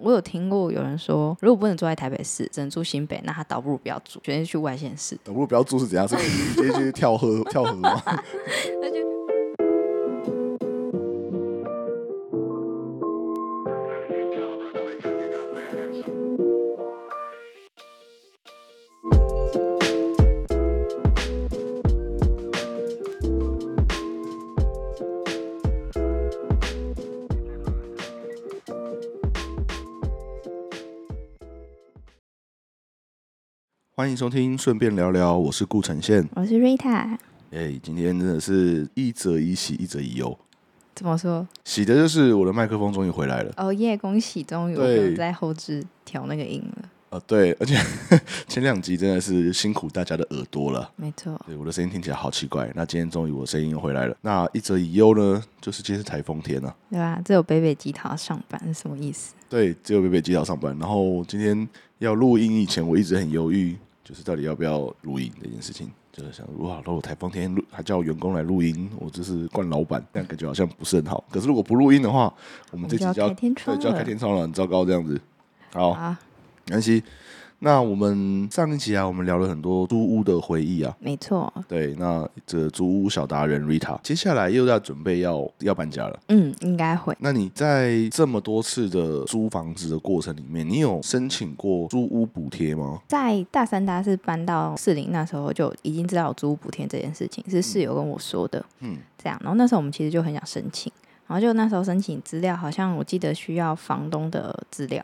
我有听过有人说，如果不能住在台北市，只能住新北，那他倒不如不要住，决定去外县市。倒不如不要住是怎样？是直接去跳河 跳河吗？那就欢迎收听，顺便聊聊，我是顾呈现。我是 Rita，哎、今天真的是一则以喜，一则以忧。怎么说？喜的就是我的麦克风终于回来了哦耶！恭喜，终于我对没有在后置调那个音了。啊、对，而且 前两集真的是辛苦大家的耳朵了。没错，对，我的声音听起来好奇怪。那今天终于我声音又回来了。那一则以忧呢，就是今天是台风天啊。对吧？只有北北吉他上班是什么意思？对，只有北北接到上班。然后今天要录音以前，我一直很犹豫，就是到底要不要录音这件事情。就是想，哇，如果台风天录，还叫员工来录音，我这是惯老板，但感觉好像不是很好。可是如果不录音的话，我们这集我们就就要要开天窗对，就要开了天窗了，很糟糕这样子。好，啊，没关系。那我们上一集啊，我们聊了很多租屋的回忆啊。没错，对，那这租屋小达人 Rita，接下来又要准备要要搬家了。嗯，应该会。那你在这么多次的租房子的过程里面，你有申请过租屋补贴吗？在大三、大四搬到四零那时候，就已经知道有租屋补贴这件事情，是室友跟我说的。嗯，这样，然后那时候我们其实就很想申请，然后就那时候申请资料，好像我记得需要房东的资料，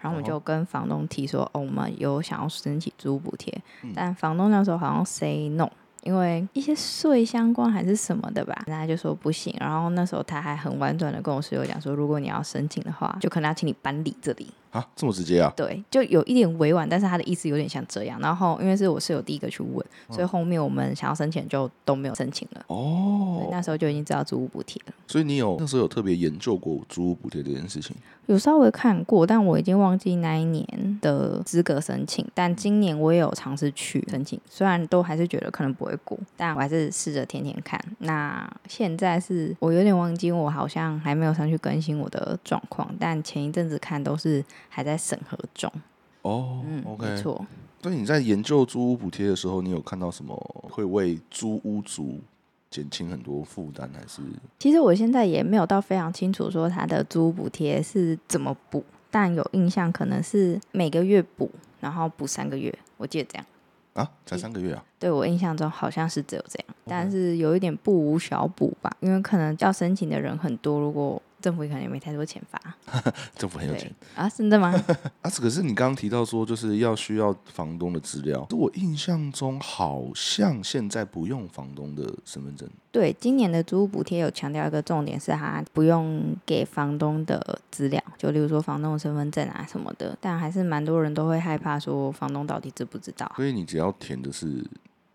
然后我们哦就跟房东提说，哦，我们有想要申请租屋补贴，嗯但房东那时候好像 say no。因为一些税相关还是什么的吧，那他就说不行。然后那时候他还很婉转的跟我室友讲说，如果你要申请的话，就可能要请你搬离这里。啊，这么直接啊？对，就有一点委婉，但是他的意思有点像这样。然后因为是我室友第一个去问，所以嗯后面我们想要申请就都没有申请了。对哦，那时候就已经知道租屋补贴了，所以你有那时候有特别研究过租屋补贴这件事情？有稍微看过，但我已经忘记那一年的资格申请。但今年我也有尝试去申请，虽然都还是觉得可能不会过，但我还是试着天天看。那现在是我有点忘记，我好像还没有上去更新我的状况，但前一阵子看都是还在审核中。哦、嗯 o 没 k 错。所以你在研究租屋补贴的时候，你有看到什么会为租屋族减轻很多负担，还是其实我现在也没有到非常清楚说它的租屋补贴是怎么补，但有印象可能是每个月补，然后补三个月，我记得这样。啊？才三个月啊？对我印象中好像是只有这样，但是有一点不无小补吧，因为可能要申请的人很多，如果政府可能也没太多钱发。政府很有钱对。啊，真的吗？ 啊，可是你刚刚提到说，就是要需要房东的资料。我印象中好像现在不用房东的身份证。对，今年的租屋补贴有强调一个重点是，它不用给房东的资料，就例如说房东的身份证啊什么的，但还是蛮多人都会害怕说房东到底知不知道。啊所以你只要填的是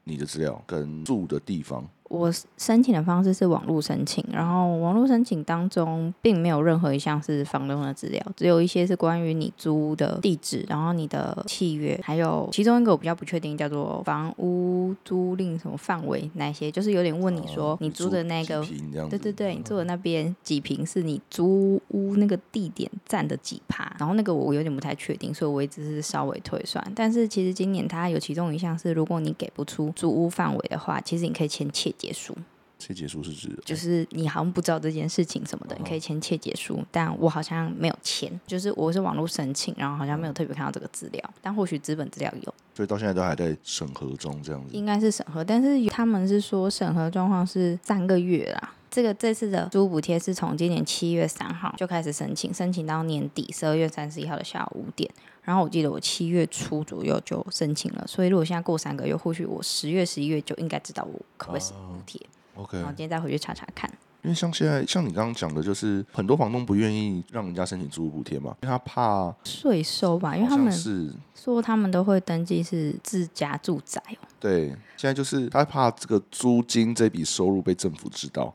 你的资料跟住的地方，我申请的方式是网络申请，然后网络申请当中并没有任何一项是房东的资料，只有一些是关于你租的地址，然后你的契约，还有其中一个我比较不确定，叫做房屋租赁什么范围那些，就是有点问你说呃你租的那个几，平这样子，对嗯对对，你住的那边几平是你租屋那个地点占的几趴，然后那个我有点不太确定，所以我一直是稍微推算。但是其实今年它有其中一项是，如果你给不出租屋范围的话，其实你可以签切结书。切结束是指就是你好像不知道这件事情什么的，你可以签切结书，但我好像没有签，就是我是网络申请，然后好像没有特别看到这个资料，但或许资本资料有，所以到现在都还在审核中这样子。应该是审核，但是他们是说审核状况是三个月啦。这个这次的租补贴是从今年七月三号就开始申请，申请到年底十二月三十一号的下午五点。然后我记得我七月初左右就申请了，所以如果现在过三个月，或许我十月、十一月就应该知道我可不可以申补贴。 OK，然后今天再回去查查看。因为像现在像你刚刚讲的，就是很多房东不愿意让人家申请租屋补贴嘛，因为他怕好税收吧，因为他像们是说他们都会登记是自家住宅哦。对，现在就是他怕这个租金这笔收入被政府知道。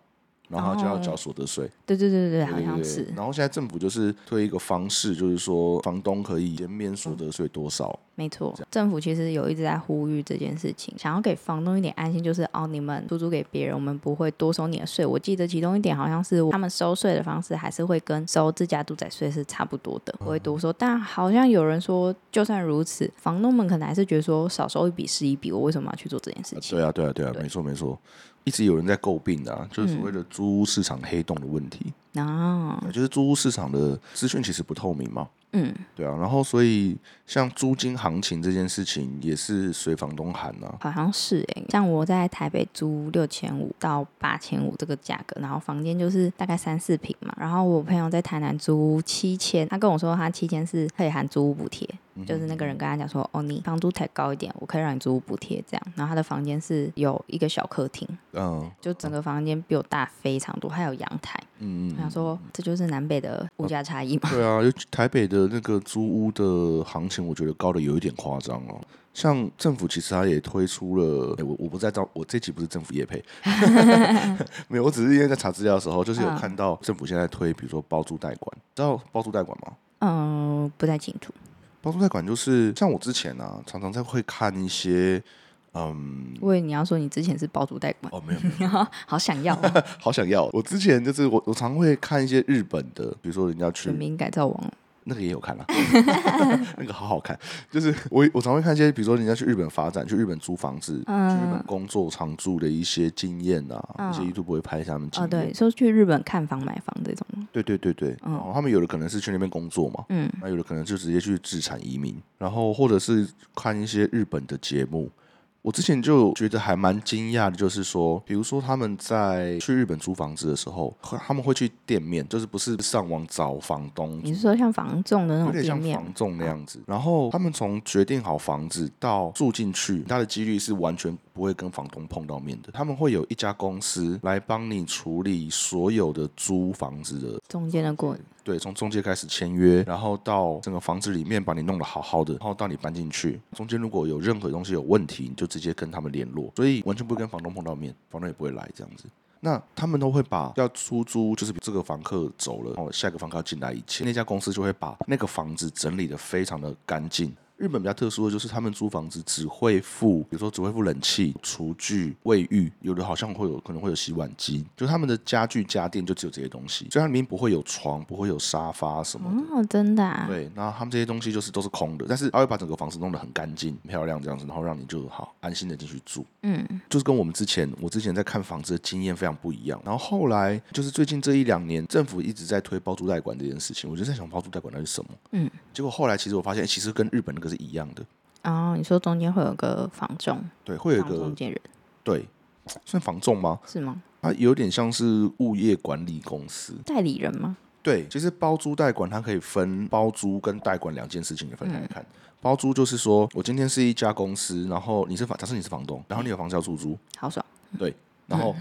然后他就要哦缴所得税。对对对对，对好对对像对是，然后现在政府就是推一个方式，就是说房东可以减免嗯所得税多少，没错。政府其实有一直在呼吁这件事情，想要给房东一点安心，就是哦，你们出租给别人，我们不会多收你的税。我记得其中一点好像是他们收税的方式还是会跟收自家住宅税是差不多的，不会多收。但好像有人说，就算如此，房东们可能还是觉得说少收一笔是一笔，我为什么要去做这件事啊情？对啊，对啊，对啊，对没错没错，一直有人在诟病啊，就是所谓的租屋市场黑洞的问题，啊，就是租屋市场的资讯其实不透明嘛，嗯，对啊，然后所以像租金行情这件事情也是随房东喊啊，好像是诶、像我在台北租六千五到八千五这个价格，然后房间就是大概三四平嘛。然后我朋友在台南租七千，他跟我说他七千是可以含租屋补贴，嗯就是那个人跟他讲说，哦，你房租抬高一点，我可以让你租屋补贴这样。然后他的房间是有一个小客厅，嗯就整个房间比我大非常多，还有阳台。嗯我嗯，想说，这就是南北的物价差异嘛。对啊，尤其台北的那个租屋的行情，我觉得高的有一点夸张哦。像政府其实它也推出了，哎诶我我不在招，我这期不是政府业配，没有，我只是因为在查资料的时候，就是有嗯看到政府现在推，比如说包租代管，知道包租代管吗？嗯、不太清楚，包租代管就是像我之前啊，常常在会看一些，嗯，因为你要说你之前是包租代管，哦，没有没有，好想要、 哦、好想要。我之前就是我我常会看一些日本的，比如说人家去全民改造王。那个也有看啦， 那个好好看。就是我我常会看一些，比如说人家去日本发展，去日本租房子，去日本嗯，工作常住的一些经验啊，嗯一些 YouTube 会拍他们经哦，验。对，说去日本看房买房这种，对对对对，嗯然后他们有的可能是去那边工作嘛，嗯那有的可能就直接去自产移民，然后或者是看一些日本的节目。我之前就觉得还蛮惊讶的，就是说，比如说他们在去日本租房子的时候，会他们会去店面，就是不是上网找房东，你是说像房仲的那有种点店像嗯面房仲那样子。然后他们从决定好房子到住进去，它的几率是完全不会跟房东碰到面的。他们会有一家公司来帮你处理所有的租房子的中间的过程？对，从中介开始签约，然后到整个房子里面把你弄得好好的，然后到你搬进去，中间如果有任何东西有问题，你就直接跟他们联络，所以完全不会跟房东碰到面，房东也不会来这样子。那他们都会把要出租，就是这个房客走了，然后下一个房客要进来以前，那家公司就会把那个房子整理的非常的干净。日本比较特殊的就是，他们租房子只会付，比如说只会付冷气、厨具、卫浴，有的好像会有可能会有洗碗机，就他们的家具家电就只有这些东西，所以它里面不会有床，不会有沙发什么的。哦，真的啊，对，然后他们这些东西就是都是空的，但是他会把整个房子弄得很干净、漂亮这样子，然后让你就好安心的进去住。嗯，就是跟我们之前我之前在看房子的经验非常不一样。然后后来就是最近这一两年，政府一直在推包租代管这件事情，我就在想包租代管到底是什么？嗯，结果后来其实我发现，诶其实跟日本那个是一样的，哦，你说中间会有个房仲，对，会有一房个中介人对算房仲吗？是吗？它有点像是物业管理公司。代理人吗？对，其实包租代管它可以分包租跟代管两件事情的分开看。包租就是说我今天是一家公司，然后你是房，假设你是房东，然后你有房子要出租，好爽，然后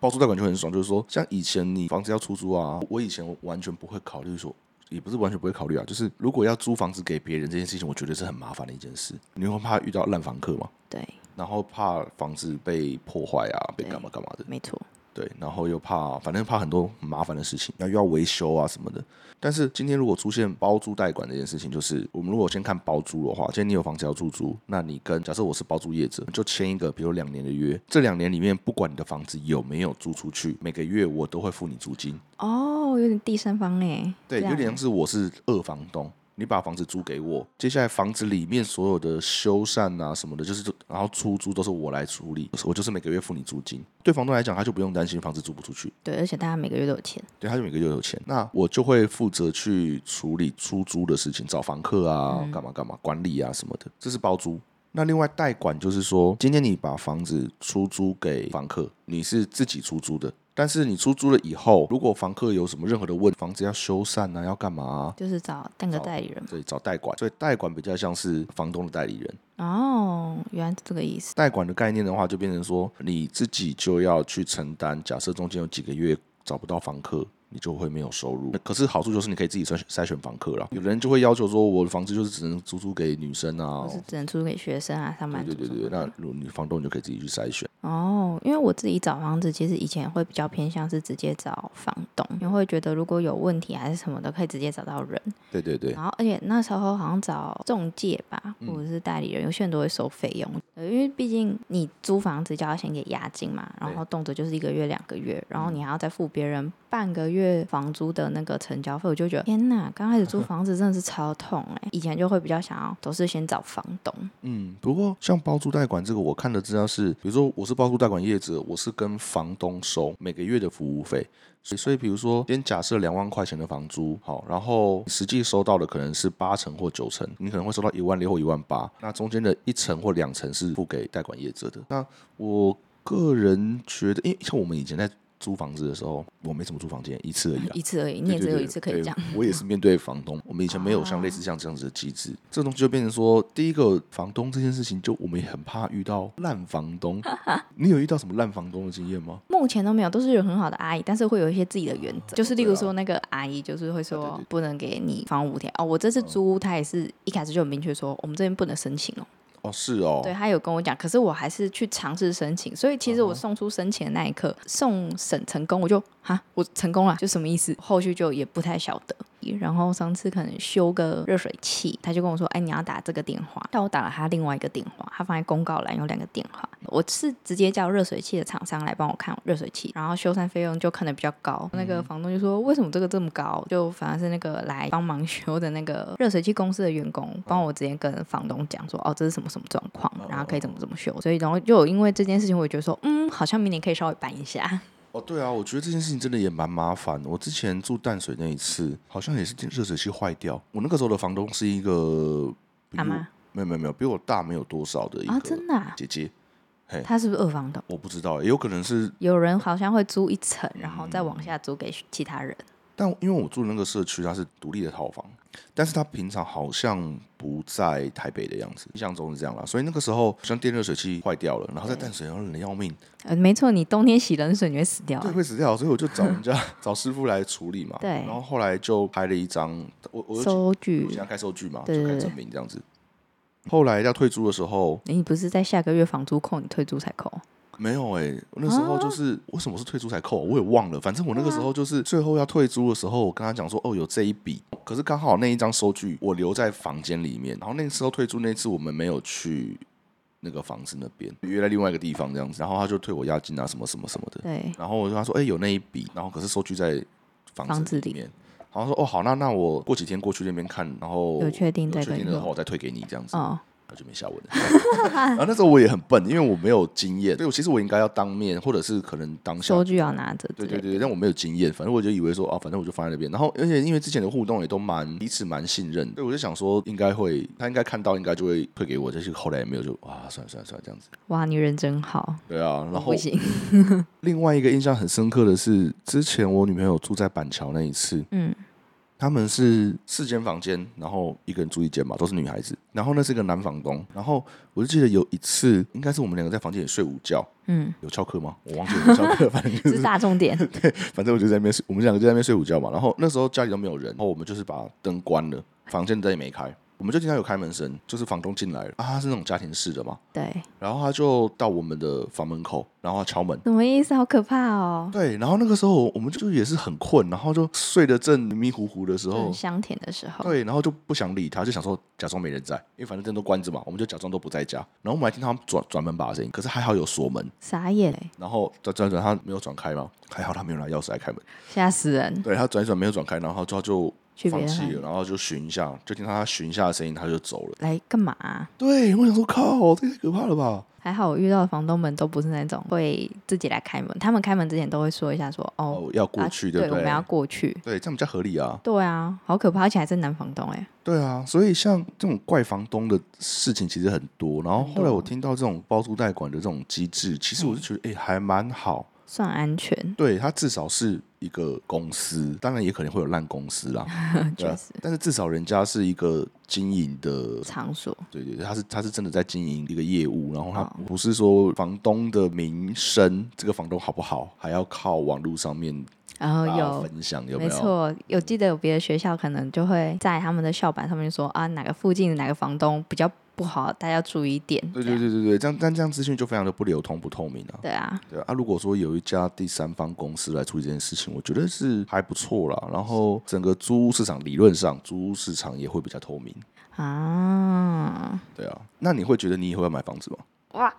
包租代管就很爽，就是说，像以前你房子要出租啊，我以前完全不会考虑说，也不是完全不会考虑啊，就是如果要租房子给别人这件事情，我觉得是很麻烦的一件事，你会怕遇到烂房客嘛，对，然后怕房子被破坏啊，被干嘛干嘛的，没错，对，然后又怕，反正怕很多很麻烦的事情，要又要维修啊什么的。但是今天如果出现包租代管这件事情，就是我们如果先看包租的话，今天你有房子要出租，那你跟假设我是包租业者，就签一个比如两年的约，这两年里面不管你的房子有没有租出去，每个月我都会付你租金。哦，有点第三方哎，对，这有样点像是我是二房东，你把房子租给我，接下来房子里面所有的修缮啊什么的，就是然后出租都是我来处理，我就是每个月付你租金。对房东来讲，他就不用担心房子租不出去。对，而且大家每个月都有钱，对，他就每个月有钱，那我就会负责去处理出租的事情，找房客啊，干嘛干嘛，管理啊什么的，这是包租。那另外代管就是说，今天你把房子出租给房客，你是自己出租的，但是你出租了以后，如果房客有什么任何的问，房子要修缮啊，要干嘛、啊，就是找蛋哥代理人。所以找代管，所以代管比较像是房东的代理人。哦，原来是这个意思。代管的概念的话，就变成说你自己就要去承担。假设中间有几个月找不到房客，你就会没有收入。可是好处就是你可以自己筛选筛选房客嗯啦。有人就会要求说，我的房子就是只能租出给女生啊我，是只能租给学生啊、上班族对对什对么对，的那如果你房东你就可以自己去筛选。哦，因为我自己找房子，其实以前会比较偏向是直接找房东，因为会觉得如果有问题还是什么的，可以直接找到人。对对对，然后，而且那时候好像找中介吧，嗯或者是代理人，有些人都会收费用，呃因为毕竟你租房子就要先给押金嘛，然对嗯后动辄就是一个月、两个月，然后你还要再付别人半个月房租的那个成交费，我就觉得天哪，刚开始 租房子真的是超痛哎、以前就会比较想要都是先找房东，嗯，不过像包租代管这个，我看的资料是，比如说我是包租代管业者，我是跟房东收每个月的服务费，所以所以比如说，先假设两万块钱的房租，好，然后实际收到的可能是八成或九成，你可能会收到一万六或一万八，那中间的一成或两成是付给代管业者的。那我个人觉得，因为像我们以前在租房子的时候，我没怎么租房间，一次而已啦。啊一次而已，你也只有一次可以哦对这样。。我也是面对 房东，我们以前没有像类似像这样子的机制，这东西就变成说，第一个房东这件事情，就我们也很怕遇到烂房 东。你有遇到什么烂房东的经验吗？目前都没有，都是有很好的阿姨，但是会有一些自己的原则，就是例如对啊说那个阿姨就是会对说对对不能给你房五天哦，我这次租她也是一开始就很明确说哦我们这边不能申请哦，哦，是哦，对她有跟我讲，可是我还是去尝试申请，所以其实我送出申请的那一刻送审成功，我就哈我成功了，就什么意思？后续就也不太晓得。然后上次可能修个热水器，他就跟我说：“哎，你要打这个电话。”但我打了他另外一个电话，他放在公告栏有两个电话。我是直接叫热水器的厂商来帮我看热水器，然后修缮费用就可能比较高。那个房东就说：“为什么这个这么高？”就反而是那个来帮忙 修的那个热水器公司的员工帮我直接跟房东讲说：“哦，这是什么什么状况，然后可以怎么怎么修。”所以然后就有因为这件事情，我觉得说，嗯，好像明年可以稍微搬一下。哦，对啊，我觉得这件事情真的也蛮麻烦。我之前住淡水那一次，好像也是热水器坏掉。我那个时候的房东是一个比阿我嬷没有没有没有比我大没有多少的一啊，个真的、啊，姐姐，他是不是二房东？我不知道、欸也有可能是有人好像会租一层，然后再往嗯下租给其他人。但因为我住的那个社区，它是独立的套房，但是它平常好像不在台北的样子，印象中是这样啦。所以那个时候，好像电热水器坏掉了，然后在淡水要冷的要命，呃，没错，你冬天洗冷水你会死掉啊、对，会死掉，所以我就找 人家找师傅来处理嘛。对然后后来就拍了一张，我我就收我据现。在开收据嘛，对就开对对证明这样子。后来要退租的时候，诶你不是在下个月房租扣你退租才扣？没有哎、那时啊候就是、为什么是退租才扣啊、我也忘了。反正我那个时候就是最后要退租的时候，我跟他讲说，哦，有这一笔，可是刚好那一张收据我留在房间里面。然后那个时候退租那次我们没有去那个房子那边，约在另外一个地方这样子，然后他就退我押金啊，什么什么什么的。对，然后我就跟他说，哎、有那一笔，然后可是收据在房房子子里里面。然后说哦好，那那我过几天过去那边看，然后有确定再有确跟定你的说话，我再退给啊你这样子。哦，然后就没下文 了。然后那时候我也很笨，因为我没有经验，所以我其实我应该要当面，或者是可能当下收。据要拿着。对对，对，但我没有经验，反正我就以为说啊，反正我就放在那边。然后，而且因为之前的互动也都蛮彼此蛮信任，所以我就想说应该会，他应该看到应该就会退给我。但是后来也没有，就啊，算了算了算了这样子。哇，你人真好。对啊，然后不 行，另外一个印象很深刻的是，之前我女朋友住在板桥那一次，嗯，他们是四间房间，然后一个人住一间嘛，都是女孩子。然后那是一个男房东，然后我就记得有一次，应该是我们两个在房间里睡午觉， 嗯，有翘课吗？我忘记有没有翘课，反正就这是是，大重点。反正我就在那边睡，我们两个就在那边睡午觉嘛。然后那时候家里都没有人，然后我们就是把灯关了，房间灯也没开，我们就听到有开门声，就是房东进来了啊，他是那种家庭式的嘛，对，然后他就到我们的房门口，然后他敲门。什么意思？好可怕哦！对，然后那个时候我们就也是很困，然后就睡得正迷迷糊糊的时候很，香甜的时候，对，然后就不想理他，就想说假装没人在，因为反正灯都关着嘛，我们就假装都不在家。然后我们还听到他们转转门把的声音，可是还好有锁门，傻眼欸，然后转转转他没有转开嘛，还好他没有拿钥匙来开门。吓死人！对他转一转没有转开，然后他就去别放的弃房了，然后就寻一下，就听到他寻一下的声音，他就走了。来干嘛啊、对，我想说靠，这也太可怕了吧？还好我遇到的房东们都不是那种会自己来开门，他们开门之前都会说一下说哦，哦，要过啊去、对对不我对们？要过去。对，这样比较合理啊。对啊，好可怕，而且还是男房东哎、对啊，所以像这种怪房东的事情其实很多。然后后来我听到这种包租代管的这种机制，其实我就觉得哎、诶还蛮好。算安全，对，它至少是一个公司，当然也可能会有烂公司 啦，对、确啊实。但是至少人家是一个经营的，场所对对对，他是他是真的在经营一个业务，然后他哦不是说房东的名声，这个房东好不好，还要靠网络上面然后大家哦有。分享，有没没有？错，有记得有别的学校可能就会在他们的校板上面说啊，哪个附近的哪个房东比较不好，大家注意一点。对这对样对对对，这样但这样资讯就非常的不流通、不透明啊。对啊，对啊，如果说有一家第三方公司来处理这件事情，我觉得是还不错啦。然后整个租屋市场理论上，租屋市场也会比较透明。啊，对啊，那你会觉得你以后要买房子吗？哇，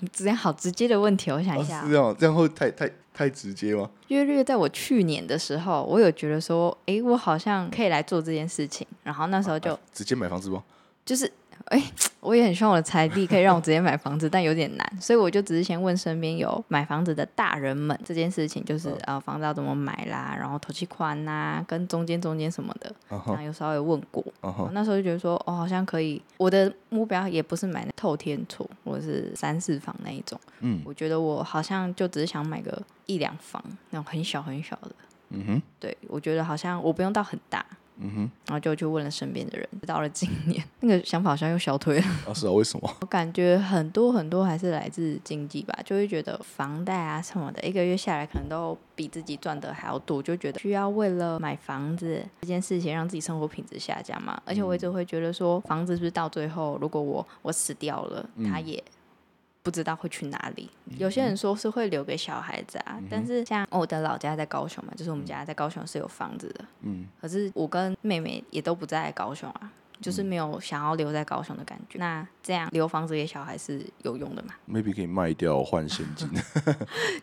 你直接好直接的问题，我想一下啊，是，这样，这样会太太太直接吗？约略在我去年的时候，我有觉得说，诶，我好像可以来做这件事情。然后那时候就、啊直接买房子吗？就是，诶，我也很希望我的财力可以让我直接买房子，但有点难，所以我就只是先问身边有买房子的大人们这件事情，就是嗯呃，房子要怎么买啦，然后投期款啦，跟中间中间什么的，啊哈然后有稍微问过。啊哈，那时候就觉得说，哦，好像可以。我的目标也不是买那透天厝，或者是三四房那一种。嗯我觉得我好像就只是想买个一两房那种很小很小的。嗯哼对，我觉得好像我不用到很大，嗯然后就去问了身边的人，到了今年 那个想法好像又消退了。哼，啊是啊，为什么？ 我感觉很多很多还是来自经济吧，就会觉得房贷啊什么的，一个月下来可能都比自己赚的还要多，就觉得需要为了买房子这件事情让自己生活品质下降嘛。而且我一直会觉得说，房子是不是到最后，如果我我死掉了，他也。不知道会去哪里。有些人说是会留给小孩子啊，但是像、哦我的老家在高雄嘛，就是我们家在高雄是有房子的，嗯，可是我跟妹妹也都不在高雄啊，就是没有想要留在高雄的感觉。那这样留房子给小孩是有用的嘛？ maybe 可以卖掉换现 金。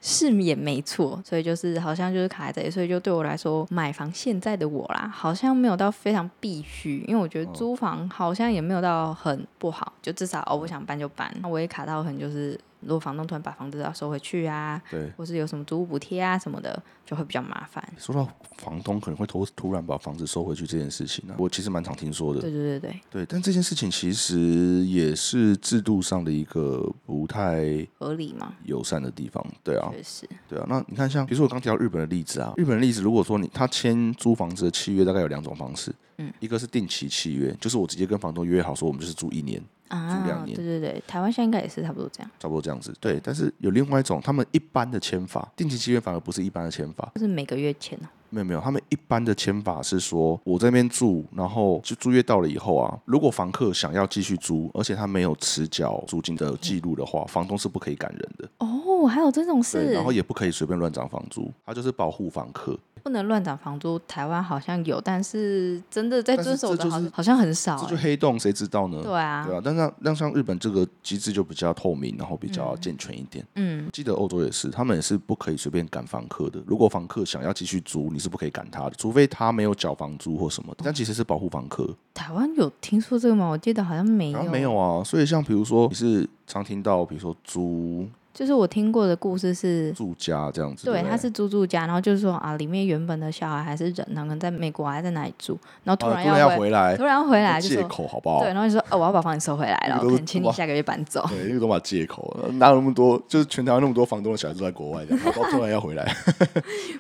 是也没错，所以就是好像就是卡在这里，所以就对我来说，买房现在的我啦，好像没有到非常必须，因为我觉得哦租房好像也没有到很不好，就至少哦，我想搬就搬。那我也卡到很就是，如果房东突然把房子要收回去啊，对，或是有什么租屋补贴啊什么的，就会比较麻烦。说到房东可能会突突然把房子收回去这件事情呢、啊，我其实蛮常听说的。对对对对，对，但这件事情其实也是制度上的一个不太合理嘛，友善的地方。对啊，确实，对啊。那你看像，比如说我刚提到日本的例子啊，日本的例子，如果说你他签租房子的契约，大概有两种方式，嗯，一个是定期契约，就是我直接跟房东约好说，我们就是住一年，租两啊，年对对对，台湾现在应该也是差不多这样，差不多这样子。对，但是有另外一种，他们一般的签法，定期契约反而不是一般的签法，就是每个月签哦。没有没有，他们一般的签法是说，我在那边住，然后就租约到了以后啊，如果房客想要继续租，而且他没有迟缴租金的记录的话，房东是不可以赶人的，哦，还有这种对，事然，后也不可以随便乱涨房租，他就是保护房客，不能乱涨房租。台湾好像有，但是真的在但遵是守这的就好，是好像很少这欸、就黑洞，谁知道呢？对啊，对啊，但像让像日本这个机制就比较透明，然后比较健全一点。嗯，记得欧洲也是，他们也是不可以随便赶房客的。如果房客想要继续租，你是不可以赶他的，除非他没有缴房租或什么的。但其实是保护房客，台湾有听说这个吗？我记得好像没然有，后没，有啊，所以像比如说你是常听到，比如说租就是我听过的故事是。住家这样子，对对，不对，啊他是租住家，然后就是说啊，里面原本的小孩还是人，然后可能在美国还是在哪里住，然后突啊然突然要回，回来，突然要回来就借说，口好不好？对，然后就说哦，我要把房子收回来那了，个我可都是啊能请你哇下个月搬走。 对，那个都把借口，哪有那么多？就是全台湾那么多房东的小孩都在国外的，然后突然要回来。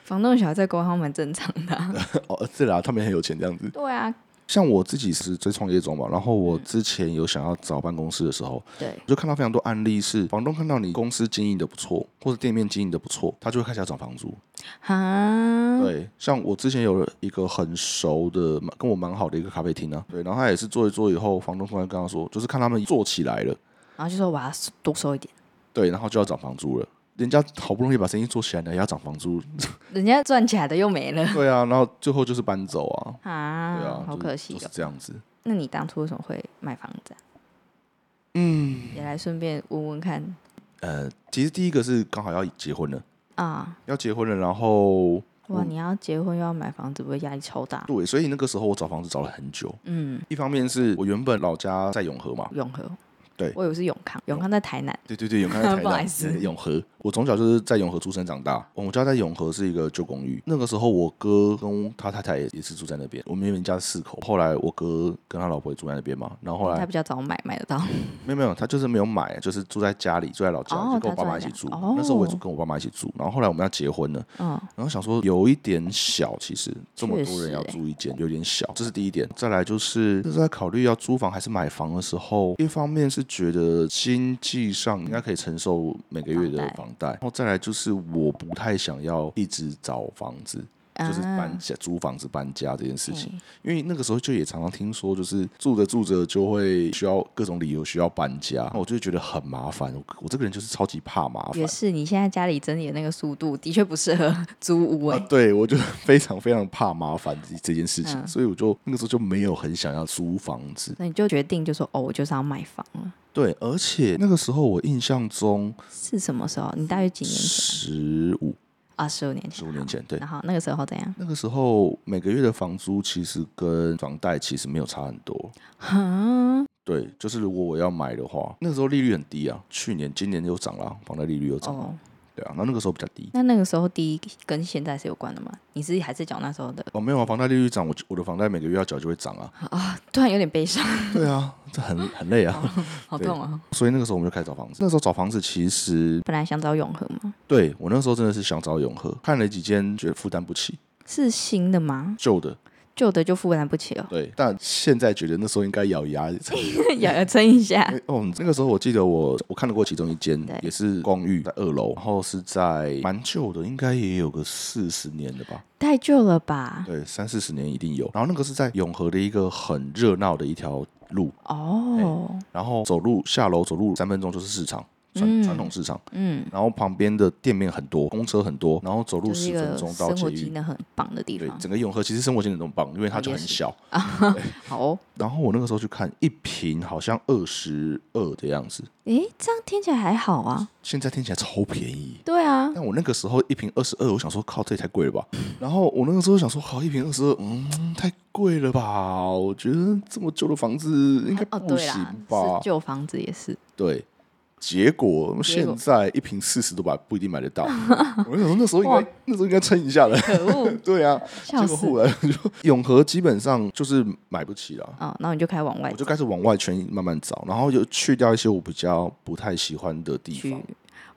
房东的小孩在国外好像蛮正常的 啊、哦，对啦，他们也很有钱这样子。对啊，像我自己是在创业中嘛，然后嗯我之前有想要找办公室的时候，对，我就看到非常多案例是房东看到你公司经营的不错，或者店面经营的不错，他就会开始要涨房租。哈，对，像我之前有一个很熟的，蛮跟我蛮好的一个咖啡厅啊，对，然后他也是做一做以后，房东突然跟他说，就是看他们做起来了，然后就说我要多收一点，对，然后就要涨房租了。人家好不容易把生意做起来了，也要涨房租， 人家赚起来的又没了对啊，然后最后就是搬走啊，对啊，啊，好就是可惜就哦是。这样子。那你当初为什么会买房子啊、嗯，也来顺便问问看呃，其实第一个是刚好要结婚了，啊。要结婚了，然后哇，嗯你要结婚又要买房子，不会压力超大？对，所以那个时候我找房子找了很久。嗯，一方面是我原本老家在永和嘛，永和。对我以为是永康，永康在台南。 对对对，永康在台不好意南，思对永和，我从小就是在永和出生长大，我家在永和是一个旧公寓。那个时候我哥跟他太太也也是住在那边，我们原本家是四口，后来我哥跟他老婆也住在那边嘛，然后后他来比较早买买得到，没有没有，他就是没有买，就是住在家里，住在老家，哦就跟我他爸妈一住起在住。家哦那时候我也住跟我爸妈一起住，然后后来我们要结婚了，嗯，然后想说有一点小，其实这么多确实人要欸住一间，有点小，这是第一点。再来就是就是在考虑要租房还是买房的时候，一方面是觉得经济上应该可以承受每个月的房贷房贷，然后再来就是我不太想要一直找房子。 就是啊搬家、租房子搬家这件事哎情，因为那个时候就也常常听说，就是住着住着就会需要各种理由需要搬家，那我就觉得很麻烦。我我这个人就是超级怕麻烦也，是，你现在家里整理的那个速度，的确不适合租屋哎、啊，对我就 非常非常怕麻烦这这件事情，嗯所以我就那个时候就没有很想要租房子。那你就决定就说哦，我就是要买房了。对，而且那个时候我印象中是什么时候？你大约几年前嗯十五啊？十五年前。十五年前，对，然后那个时候怎 样？那个时候每个月的房租其实跟房贷其实没有差很多。哈，对，就是如果我要买的话，那个时候利率很低啊，去年、今年又涨了，啊房贷利率又涨了，哦，对啊，那那个时候比较低。那那个时候第一跟现在是有关的吗？你是还是讲那时候的？哦，没有啊，房贷利率涨，我就我的房贷每个月要缴就会涨 啊。突然有点悲伤，对啊，这很很累啊， 好对痛哦。所以那个时候我们就开始找房子。那时候找房子其实本来想找永和吗？对我那时候真的是想找永和，看了几间觉得负担不起，是新的吗？旧的，旧的就负担不起了对，但现在觉得那时候应该咬牙 才。咬牙撑一下。哦，那个时候我记得我我看了过其中一间对，也是公寓，在二楼，然后是在蛮旧的，应该也有个四十年了吧，太旧了吧？对，三四十年一定有。然后那个是在永和的一个很热闹的一条路，哦，然后走路下楼走路三分钟就是市场。传嗯传统市场，嗯，然后旁边的店面很多，公车很多，然后走路就是十一分个钟到生捷活机运。能很棒的地对，方。整个永和其实生活机能都很棒，因为它就也很是小，好哦，然后我那个时候去看一瓶好像二十二的样子，诶，这样听起来还好啊。现在听起来超便宜。对啊，但我那个时候一瓶二十二，我想说靠，这也太贵了吧。然后我那个时候想说，好，一瓶二十二，嗯，太贵了吧？我觉得这么旧的房子应该哦，不对行啦，吧是？旧房子也是，对，结果结现果在一瓶四十都买不一定买得 到。我就想说那时候应该哇那时候应该撑一下的。，可恶 对啊，笑结果死。后来就永和基本上就是买不起了。哦，然后你就开始往外我就开始往外圈慢慢找，然后就去掉一些我比较不太喜欢的地去方。，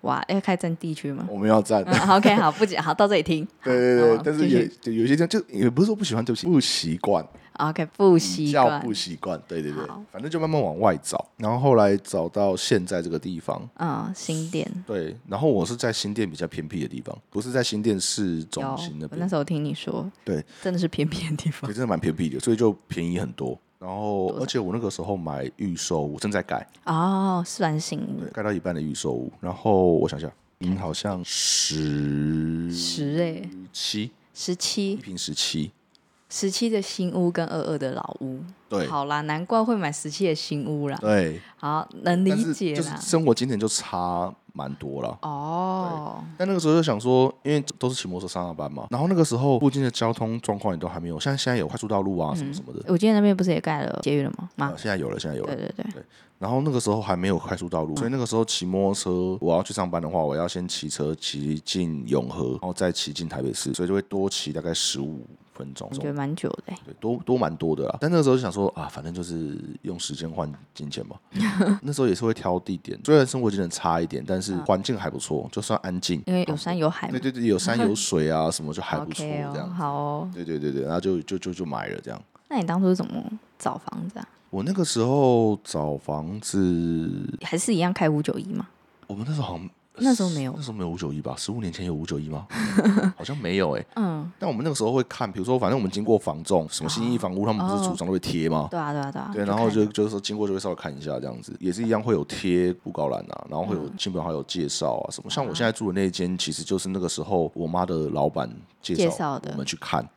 哇，要开占地区吗？我们要站，嗯哦，OK，好，不讲，好，到这里听。对对对，好但是继续也就有一些这样，就也不是说不喜欢，对不起，不习惯， OK，不习叫惯嗯不，习惯，对对对好，反正就慢慢往外找，然后后来找到现在这个地方。嗯，新店对，然后我是在新店比较偏僻的地方，不是在新店市中有，心那我边那，时候听你说，对，真的是偏僻的地对，方，真的蛮偏僻的，所以就便宜很多。然后，而且我那个时候买预售屋，正在盖，哦，是然新屋，盖到一半的预售屋，然后我想想，嗯，好像十十哎，七十一七，瓶十七，十七的新屋跟二二的老屋，对好啦，难怪会买十七的新屋啦，对，好，能但理是解就是啦，生活经验就差蛮多了。哦，但那个时候就想说，因为都是骑摩托车上下班嘛，然后那个时候附近的交通状况也都还没有，像现在有快速道路嗯啊什么什么的，我记得那边不是也盖了捷运了吗？啊吗？现在有了，现在有对嗯了。对对，然后那个时候还没有快速道路，所以那个时候骑摩托车，我要去上班的话，我要先骑车骑进永和，然后再骑进台北市，所以就会多骑大概十五分钟我，觉得蛮久的欸，对，多多蛮多的啦。但那个时候就想说啊，反正就是用时间换金钱 嘛。那时候也是会挑地点，虽然生活技能差一点，但是环境还不错，就算安静。嗯哦因为有山有海嘛对对对，有山有 水啊，什么就还不错，OK 这哦，样。好哦，对对对对，然后就就就就买了这样。那你当初是怎么找房子啊？我那个时候找房子，还是一样开五九一嘛？我们那时候好像那时候没有那时候没有五九一吧？十五年前有五九一 吗？好像没有哎、嗯，但我们那个时候会看，比如说，反正我们经过房仲，什么新一房屋，他们不是哦组长都会贴吗？对啊，对啊，对啊。对，然后看就就是说经过就会稍微看一下这样子，也是一样会有贴布告栏啊，然后会嗯有亲朋好友介绍啊什么。像我现在住的那一间，其实就是那个时候我妈的老板介介绍绍的我们去看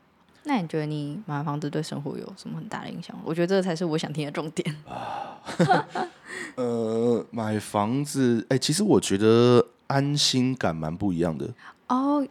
那你觉得你买房子对生活有什么很大的影响吗？我觉得这个才是我想听的重点。呃，买房子，哎、其实我觉得安心感蛮不一样的。 哦，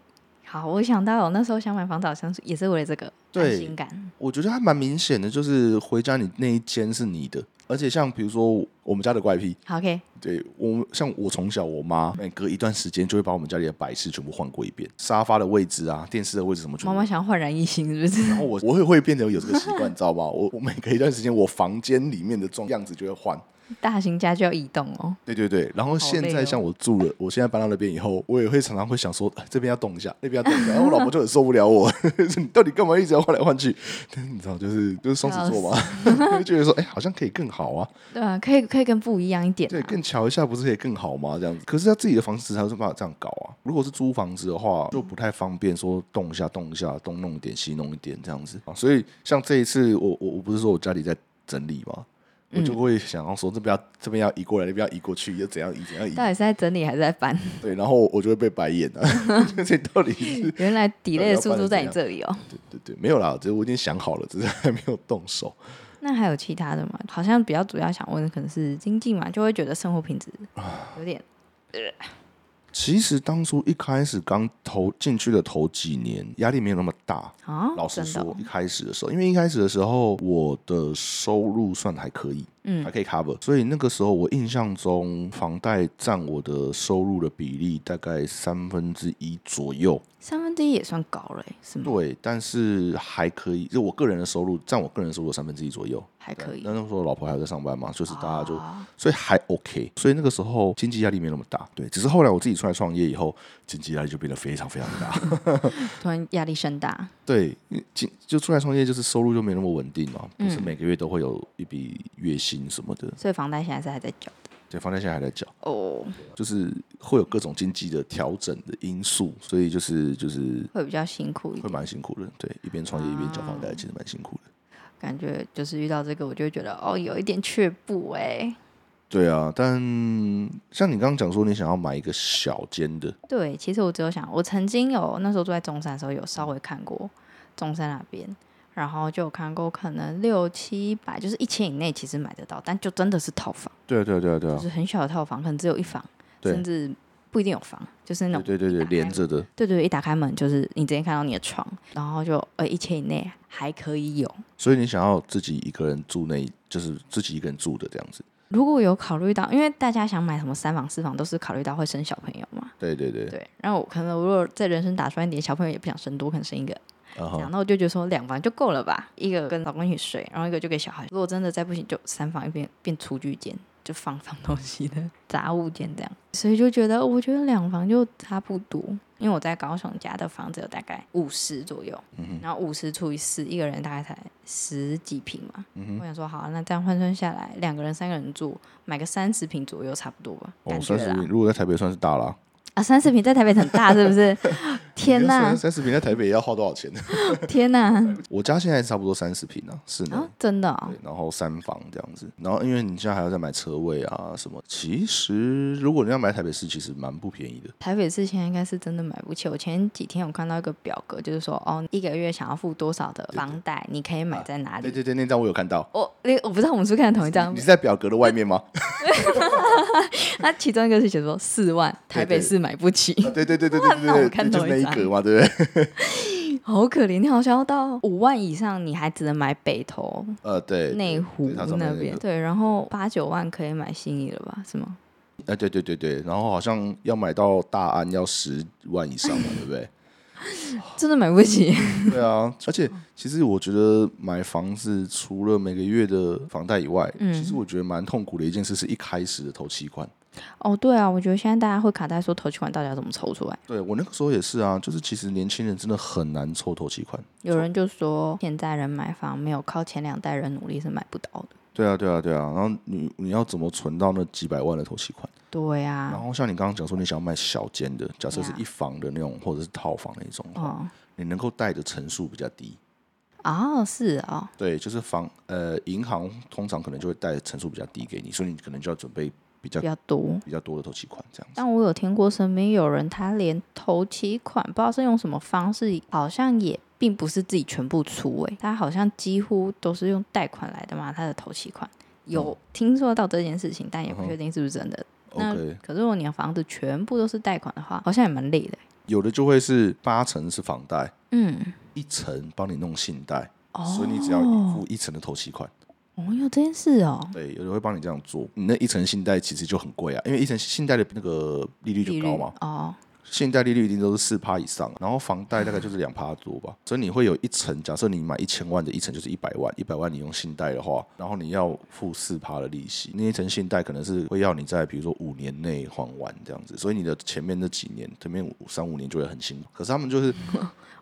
好，我想到我那时候想买房子，好像是也是为了这个对安心感我觉得还蛮明显的，就是回家你那一间是你的，而且像比如说我们家的怪癖，好，OK，对我们像我从小我妈每隔一段时间就会把我们家里的摆饰全部换过一遍，沙发的位置啊、电视的位置什么全部妈妈想要焕然一新，是不是？ 然后我我会会变得有这个习惯，你知道吗？我我每隔一段时间，我房间里面的状样子就会换。大型家具要移动哦。对对对，然后好现累在哦像我住了，我现在搬到那边以后，我也会常常会想说，哎这边要动一下，那边要动一下，然后我老婆就很受不了我， 你到底干嘛一直要换来换去？ 但是你知道，就是就是双子座 嘛，就觉得说，哎，好像可以更好啊，对啊，可以可以更不一样一点、啊。对，更瞧一下不是可以更好吗？这样子，可是他自己的房子才有办法这样搞啊。如果是租房子的话，就不太方便说动一下动一下，东弄一点西弄一点这样子啊。所以像这一次，我我我不是说我家里在整理吗？我就会想要说这边要这边要移过来，那边要移过去，又怎样移怎样移到底是在整理还是在搬？ 对，然后我就会被白眼啊。 这到底是原来底 delay 要的速搬度得在你怎样这里哦。对对对，没有啦，只是我已经想好了，只是还没有动手。那还有其他的吗？好像比较主要想问的可能是经济嘛，就会觉得生活品质有点其实当初一开始刚投进去的头几年，压力没有那么大。啊，老实真的哦说，一开始的时候，因为一开始的时候我的收入算还可以，嗯，还可以 cover，所以那个时候我印象中房贷占我的收入的比例大概三分之一左右，三分之一也算高了欸，是吗？对，但是还可以，就我个人的收入占我个人收入的三分之一左右，还可以那那时候老婆还有在上班嘛，就是大家就哎啊所以还 OK，所以那个时候经济压力没那么大，对，只是后来我自己出来创业以后，经济压力就变得非常非常大，突然压力山大，对，因为经就出来创业就是收入就没那么稳定嘛，不是每个月都会有一笔月薪什么的，所以房贷现在是还在缴的对，房贷现在还在缴，哦，就是会有各种经济的调整的因素，所以就是就是会比较辛苦一会点。蛮辛苦的，对，一边创业一边缴房贷，其实蛮辛苦的。感觉就是遇到这个，我就会觉得哦，有一点却步哎。对啊，但像你刚刚讲说，你想要买一个小间的，对，其实我只有想，我曾经有那时候住在中山的时候，有稍微看过中山那边，然后就有看过可能六七百，就是一千以内其实买得到，但就真的是套房，对啊，对啊，对啊，对就啊，是很小的套房，可能只有一房，对甚至不一定有房，就是那种对对对对，连着的，对对，一打开门就是你直接看到你的床，然后就呃一千以内还可以有。所以你想要自己一个人住那，就是自己一个人住的这样子。如果有考虑到，因为大家想买什么三房四房，都是考虑到会生小朋友嘛。对对对，对，然后我可能如果在人生打算一点，小朋友也不想生多，可能生一个然这后样。那我就觉得说两房就够了吧，一个跟老公一起睡，然后一个就给小孩。如果真的再不行，就三房一边变厨具间，就放放东西的杂物间这样。所以就觉得，我觉得两房就差不多。因为我在高雄家的房子有大概五十左右，嗯然后五十除以四，一个人大概才十几平嘛。嗯我想说，好，那这样换算下来，两个人、三个人住，买个三十平左右差不多吧，哦，感觉三十啦平，。如果在台北算是大啦。啊，三十平在台北很大，是不 是？天哪，三十平在台北要花多少钱？天 哪！我家现在差不多三十平啊，室内。啊，真的、哦对，，然后三房这样子，然后因为你现在还要再买车位啊什么，其实如果你要买台北市，其实蛮不便宜的。台北市现在应该是真的买不起。我前几天有看到一个表格，就是说哦，一个月想要付多少的房贷，你可以买在哪啊对里？对对，那张我有看到，我那我不知道我们是不是看同一张你，是在表格的外面吗？那其中一个是写说四万，台北市买不起，啊对对对对对那对我对，看就到是那一一张格嘛，对不对？好可怜。你好像要到五万以上，你还只能买北投、呃，对，内湖对它上面那那边，个对，然后八九万可以买新义了吧？是吗？哎，对对对对，然后好像要买到大安要十万以上嘛，对不对？真的买不起，对啊，而且其实我觉得买房子除了每个月的房贷以外，嗯其实我觉得蛮痛苦的一件事是一开始的头期款。哦，对啊，我觉得现在大家会卡在说投期款到底要怎么抽出来？对我那个时候也是啊，就是其实年轻人真的很难抽头期款。有人就说现在人买房没有靠前两代人努力是买不到的。对啊，对啊，对啊，然后你你要怎么存到那几百万的头期款？对啊，然后像你刚刚讲说，你想要买小间的，假设是对啊一房的那种，或者是套房那种，哦你能够贷的成数比较低。哦，是哦，对，就是房呃，银行通常可能就会贷成数比较低给你，所以你可能就要准备比较比较多。比较多的头期款这样子。但我有听过身边有人，他连头期款不知道是用什么方式，好像也并不是自己全部出诶、他好像几乎都是用贷款来的嘛，他的头期款。嗯有听说到这件事情，但也不确定是不是真的。那 OK，可是如果你的房子全部都是贷款的话，好像也蛮累的欸、有的就会是八成是房贷，嗯，一层帮你弄信贷，哦，所以你只要付一层的头期款。哦，有这件事哦，对，有人会帮你这样做。你那一层信贷其实就很贵啊，因为一层信贷的那个利率就高嘛，哦，信贷利率一定都是四趴以上，然后房贷大概就是两趴多吧，所以你会有一层，假设你买一千万的，一层就是一百万，一百万你用信贷的话，然后你要付四趴的利息，那一层信贷可能是会要你在比如说五年内还完这样子，所以你的前面那几年，前面五三五年就会很辛苦。可是他 们就是。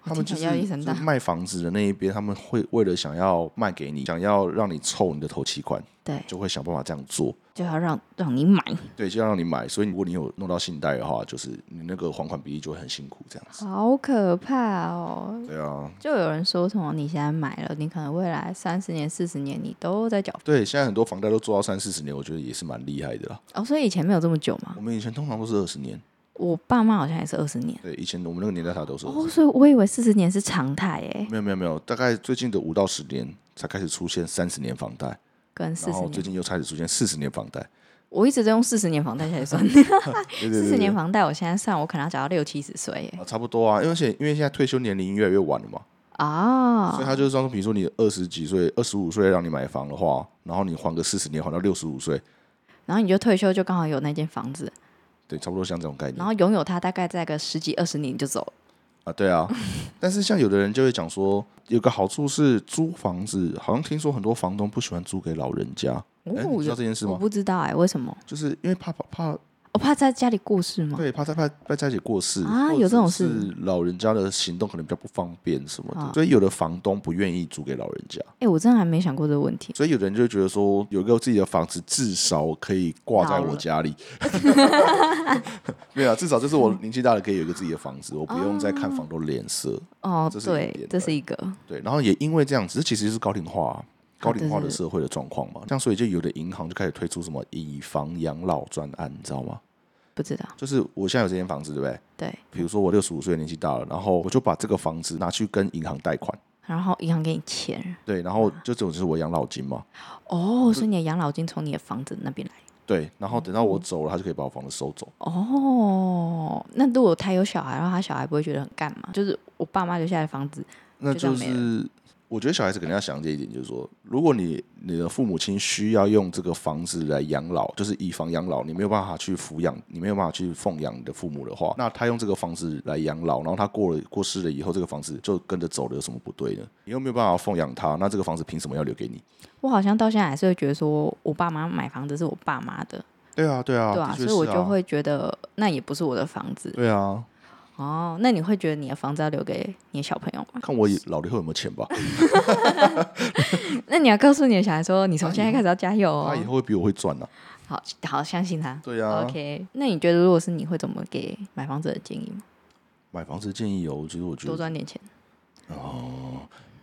他们听就是起来压力很大就是卖房子的那一边，他们会为了想要卖给你，想要让你凑你的头期款，对，就会想办法这样做。就要让让你买，对，就要让你买。所以如果你有弄到信贷的话，就是你那个还款比例就会很辛苦这样子。好可怕哦！对啊，就有人说什么你现在买了，你可能未来三十年、四十年你都在缴对，现在很多房贷都做到三四十年，我觉得也是蛮厉害的啦。哦，所以以前没有这么久嘛我。们以前通常都是二十年，我爸妈好像也是二十年对，以前我们那个年代他都是20。哦，所以我以为四十年是常态诶，没有没有没有，大概最近的五到十年才开始出现三十年房贷，跟四然十后最年，近又开始出现四十年房贷。我一直在用四十年房贷下来算， 对对四对十对年房贷我现在算我可能要缴到六七十岁耶啊，差不多啊，因为而且因为现在退休年龄越来越晚了嘛，所以哦，他就是说，比如说你二十几岁、二十五岁让你买房的话，然后你还个四十年，还到六十五岁，然后你就退休就刚好有那间房子，对，差不多像这种概念然。后拥有它大概在个十几二十年你就走了。啊，对啊，但是像有的人就会讲说，有个好处是租房子，好像听说很多房东不喜欢租给老人家，哎你知道这件事哦我吗？不知道哎、为什么？就是因为怕怕怕，我怕在家里过世吗？对，怕他怕怕家里过世嗯啊或有这种者事是老人家的行动可能比较不方便什么的，啊所以有的房东不愿意租给老人家，哎、我真的还没想过这个问题。所以有的人就会觉得说，有一个自己的房子至少可以挂在老我了 家里， 没有、啊，至少就是我年纪大了可以有一个自己的房子，我不用再啊看房东脸色。哦，这是一对点，这是一个对，然后也因为这样子，这其实是高龄化啊、高龄化对对的对社会的状况嘛。这样，所以就有的银行就开始推出什么以房养老专案，你知道吗？不知道。就是我现在有这间房子，对不对？对，比如说我六十五岁年纪大了，然后我就把这个房子拿去跟银行贷款，然后银行给你钱对，然后就这种就是我养老金嘛，哦，所以你的养老金从你的房子那边来对，然后等到我走了，他就可以把我房子收走。哦。那如果他有小孩，然后他小孩不会觉得很干嘛？就是我爸妈留下来的房子，那就这就样没了是我觉得小孩子肯定要想这一点，就是说，如果你你的父母亲需要用这个房子来养老，就是以房养老，你没有办法去抚养，你没有办法去奉养你的父母的话，那他用这个房子来养老，然后他过了过世了以后，这个房子就跟着走了，有什么不对呢？你又没有办法奉养他，那这个房子凭什么要留给你？我好像到现在还是会觉得说，我爸妈买房子是我爸妈的，对啊，对啊，对的啊，确所以我是就会觉得那也不是我的房子对啊，哦。那你会觉得你的房子要留给你的小朋友 吗？看我老了以后有没有钱吧，那你要告诉你的小孩说，你从现在开始要加油他以哦。后会比我会赚啊。好好，相信他。对啊 OK，那你觉得如果是你会怎么给买房者的建议吗？买房子建议哦，其实我觉多得，赚点钱，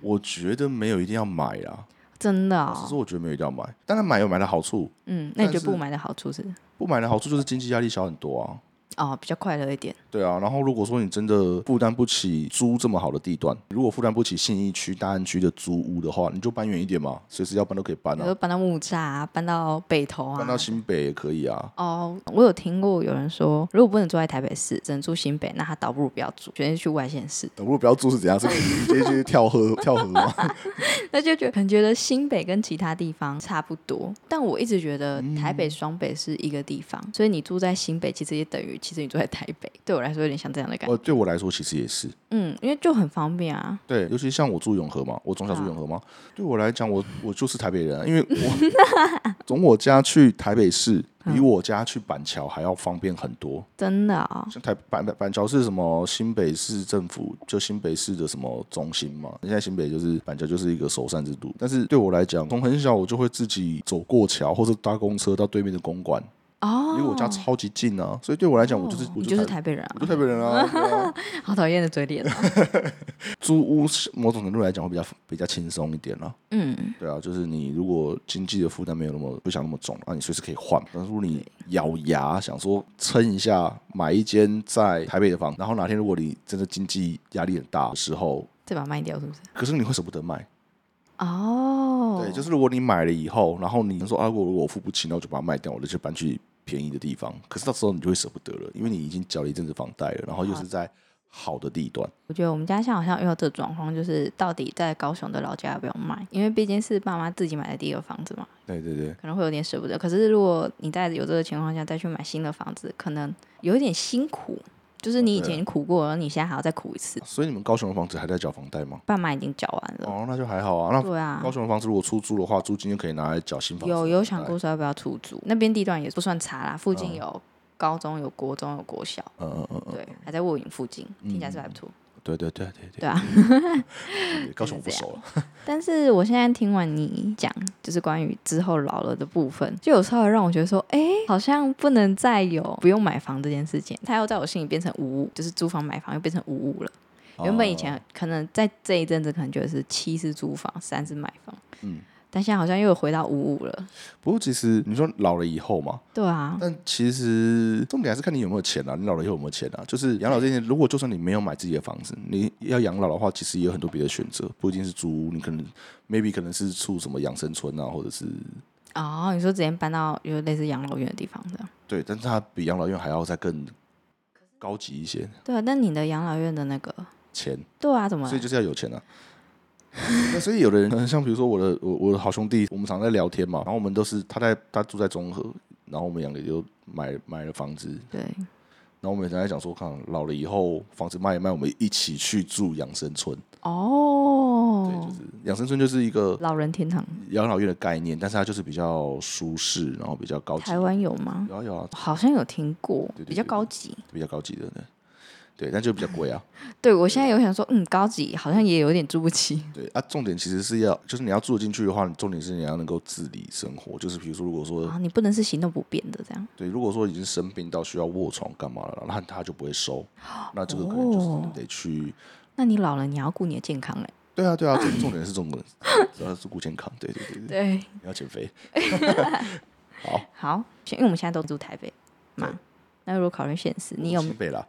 我觉得没有一定要买啊啦，真的只是哦。我觉得没有一定要买，当然买有买的好处，嗯，那你觉但得是不买的好处是？不买的好处就是经济压力小很多啊。哦，比较快乐一点。对啊，然后如果说你真的负担不起租这么好的地段，如果负担不起信义区、大安区的租屋的话，你就搬远一点嘛，随时要搬都可以搬比如啊说，搬到木栅、啊，搬到北投啊，搬到新北也可以啊。哦，我有听过有人说，如果不能住在台北市，只能住新北，那他倒不如不要住，决定去外县市。 如果不要租是怎样？是直接去跳河跳河吗？ 那就觉得可能觉得新北跟其他地方差不多，但我一直觉得台嗯北、双北是一个地方，所以你住在新北，其实也等于其实你住在台北。对我来说，有点像这样的感觉。呃，对我来说其实也是，嗯，因为就很方便啊。对，尤其像我住永和嘛，我从小住永和嗯嘛，对我来讲，我我就是台北人、啊，因为我 从我家去台北市，比嗯我家去板桥还要方便很多。真的啊、像台板板板桥是什么？新北市政府就新北市的什么中心嘛？现在新北就是板桥就是一个首善之都。但是对我来讲，从很小我就会自己走过桥，或者搭公车到对面的公馆，哦，离我家超级近啊。所以对我来讲，我就是、我你就是台台北人我啊就，台北人啊。对啊好讨厌的嘴脸、啊。租屋是某种程度来讲会比较比较轻松一点啦、嗯，对啊，就是你如果经济的负担没有那么不想那么重，啊那你随时可以换。但是如果你咬牙想说撑一下，买一间在台北的房，然后哪天如果你真的经济压力很大的时候，再把它卖掉是不是？可是你会舍不得卖。哦，对，就是如果你买了以后，然后你说啊，我如果我付不起，那我就把它卖掉，我就去搬去便宜的地方。可是到时候你就会舍不得了，因为你已经缴了一阵子房贷了，然后又是在好的地段。我觉得我们家现在好像遇到这状况，就是到底在高雄的老家要不要卖？因为毕竟是爸妈自己买的第一个房子嘛，对对对，可能会有点舍不得。可是如果你在有这个情况下再去买新的房子，可能有一点辛苦，就是你以对啊前苦过，然后你现在还要再苦一次。所以你们高雄的房子还在缴房贷吗？爸妈已经缴完了，哦，那就还好啊。那对啊高，雄的房子如果出租的话，租金就可以拿来缴新房子的欸有房贷。有想过说要不要出租？那边地段也不算差啦，附近有高中、有国中、有国小，嗯？嗯嗯嗯，对，还在卧影附近，听起来是还不错，对对对对对啊。对 对，高雄我不熟 了。但是我现在听完你讲，就是关于之后老了的部分，就有时候让我觉得说，哎、好像不能再有不用买房这件事情，它又在我心里变成无物，就是租房买房又变成无物了。啊哦原本以前可能在这一阵子，可能觉得是七是租房，三是买房，嗯但现在好像又回到五五了。不过其实你说老了以后嘛，对啊，但其实重点还是看你有没有钱啊。你老了以后有没有钱啊？就是养老这些，如果就算你没有买自己的房子，你要养老的话，其实也有很多别的选择，不一定是租屋，你可能 maybe 可能是住什么养生村啊，或者是哦，你说直接搬到有类似养老院的地方这样？对，但是它比养老院还要再更高级一些，对啊，但你的养老院的那个，钱。对啊，怎么所以就是要有钱啊。 那所以有的人，呃像比如说我的我我的好兄弟，我们常在聊天嘛，然后我们都是他在他住在中和，然后我们两个就买买了房子，然对？后我们也常在讲说，看老了以后房子卖一卖，我们一起去住养生村。对，哦就，是养生村就是一个老人天堂，养老院的概念，但是它就是比较舒适，然后比较高级。台湾有吗？有啊有啊，好像有听过，对对比较对高级。比较高级的对，对，但就比较贵啊。对我现在有想说，嗯，高级好像也有点住不起。对啊，重点其实是要，就是你要住得进去的话，重点是你要能够自理生活。就是比如说，如果说啊，你不能是行动不便的这样。对，如果说已经生病到需要卧床干嘛了，那他就不会收，那这个可能就是哦你得去。那你老了，你要顾你的健康哎、对啊，对啊，重重点是重点，主要是顾健康。对对对对，对，你要减肥。好，因为我们现在都住台北嘛，那如果考虑现实，你有我住新北啦？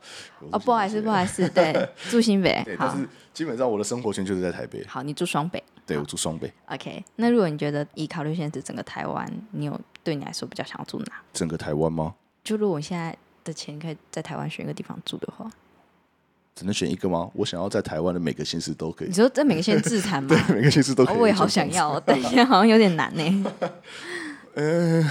哦，不好意思，不思。好意思，对， 住新北对，，但好是基本上我的生活圈就是在台北，好，你住双北对我住双北， ，OK。那如果你觉得以考虑现实，整个台湾，你有对你来说比较想要住哪？整个台湾吗？就如果我现在的钱可以在台湾选一个地方住的话，只能选一个吗？我想要在台湾的每个县市都可以 你，说在每个县自产吗？每个县市都可以。哦，我也好想。要哦，但现在 好像有点难 呢。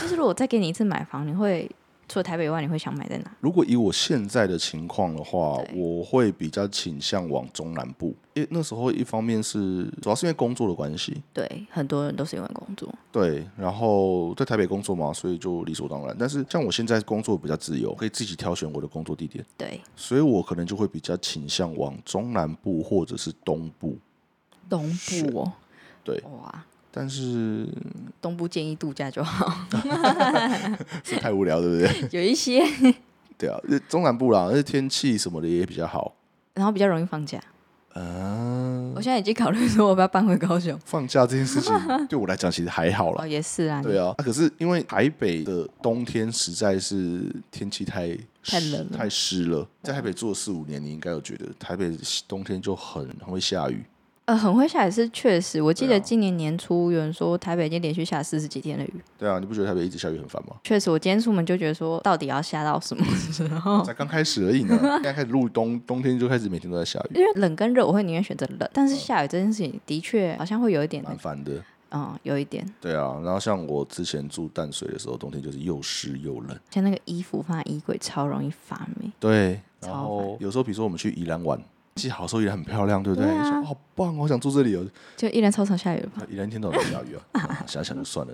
就是如果再给你一次买房，你会除了台北以外，你会想买在哪？如果以我现在的情况的话，对我会比较倾向往中南部，因为那时候一方面是主要是因为工作的关系，对，很多人都是因为工作，对，然后在台北工作嘛，所以就理所当然。但是像我现在工作比较自由，可以自己挑选我的工作地点，对，所以我可能就会比较倾向往中南部或者是东部。东部哦，对哇，但是东部建议度假就好， 是太无聊，对不对？ 有一些，对啊，呃中南部啦，而且天气什么的也比较好。然后比较容易放假。嗯、我现在已经考虑说我要不要搬回高雄。放假这 件事情对我来讲其实还好啦哦，。也是啊，对啊，啊可是因为台北的冬天实在是天气太太湿冷了嗯太湿了。在台北住了四五年，你应该有觉得台北冬天就很很会下雨。呃，很会下也是确实，我记对得啊今年年初有人说台北已经连续下四十几天的雨，对啊，你不觉得台北一直下雨很烦吗？确实，我今天出门就觉得说，到底要下到什么时候？才刚开始而 已呢，现在开始入冬，冬天就开始每天都在下雨，因为冷跟热，我会宁愿选择冷，嗯但是下雨这件事情的确好像会有一点，蛮烦的。嗯，有一点，对啊，然后像我之前住淡水的时候，冬天就是又湿又冷。像那个衣服放在衣柜超容易发霉。对，超然后有时候比如说我们去宜兰玩，记得好时候宜兰很漂亮，对不对？对啊就说好棒，好想住这里哦。就依然超常下雨了吧？宜兰一天到晚都下雨啊，啊想想就算了，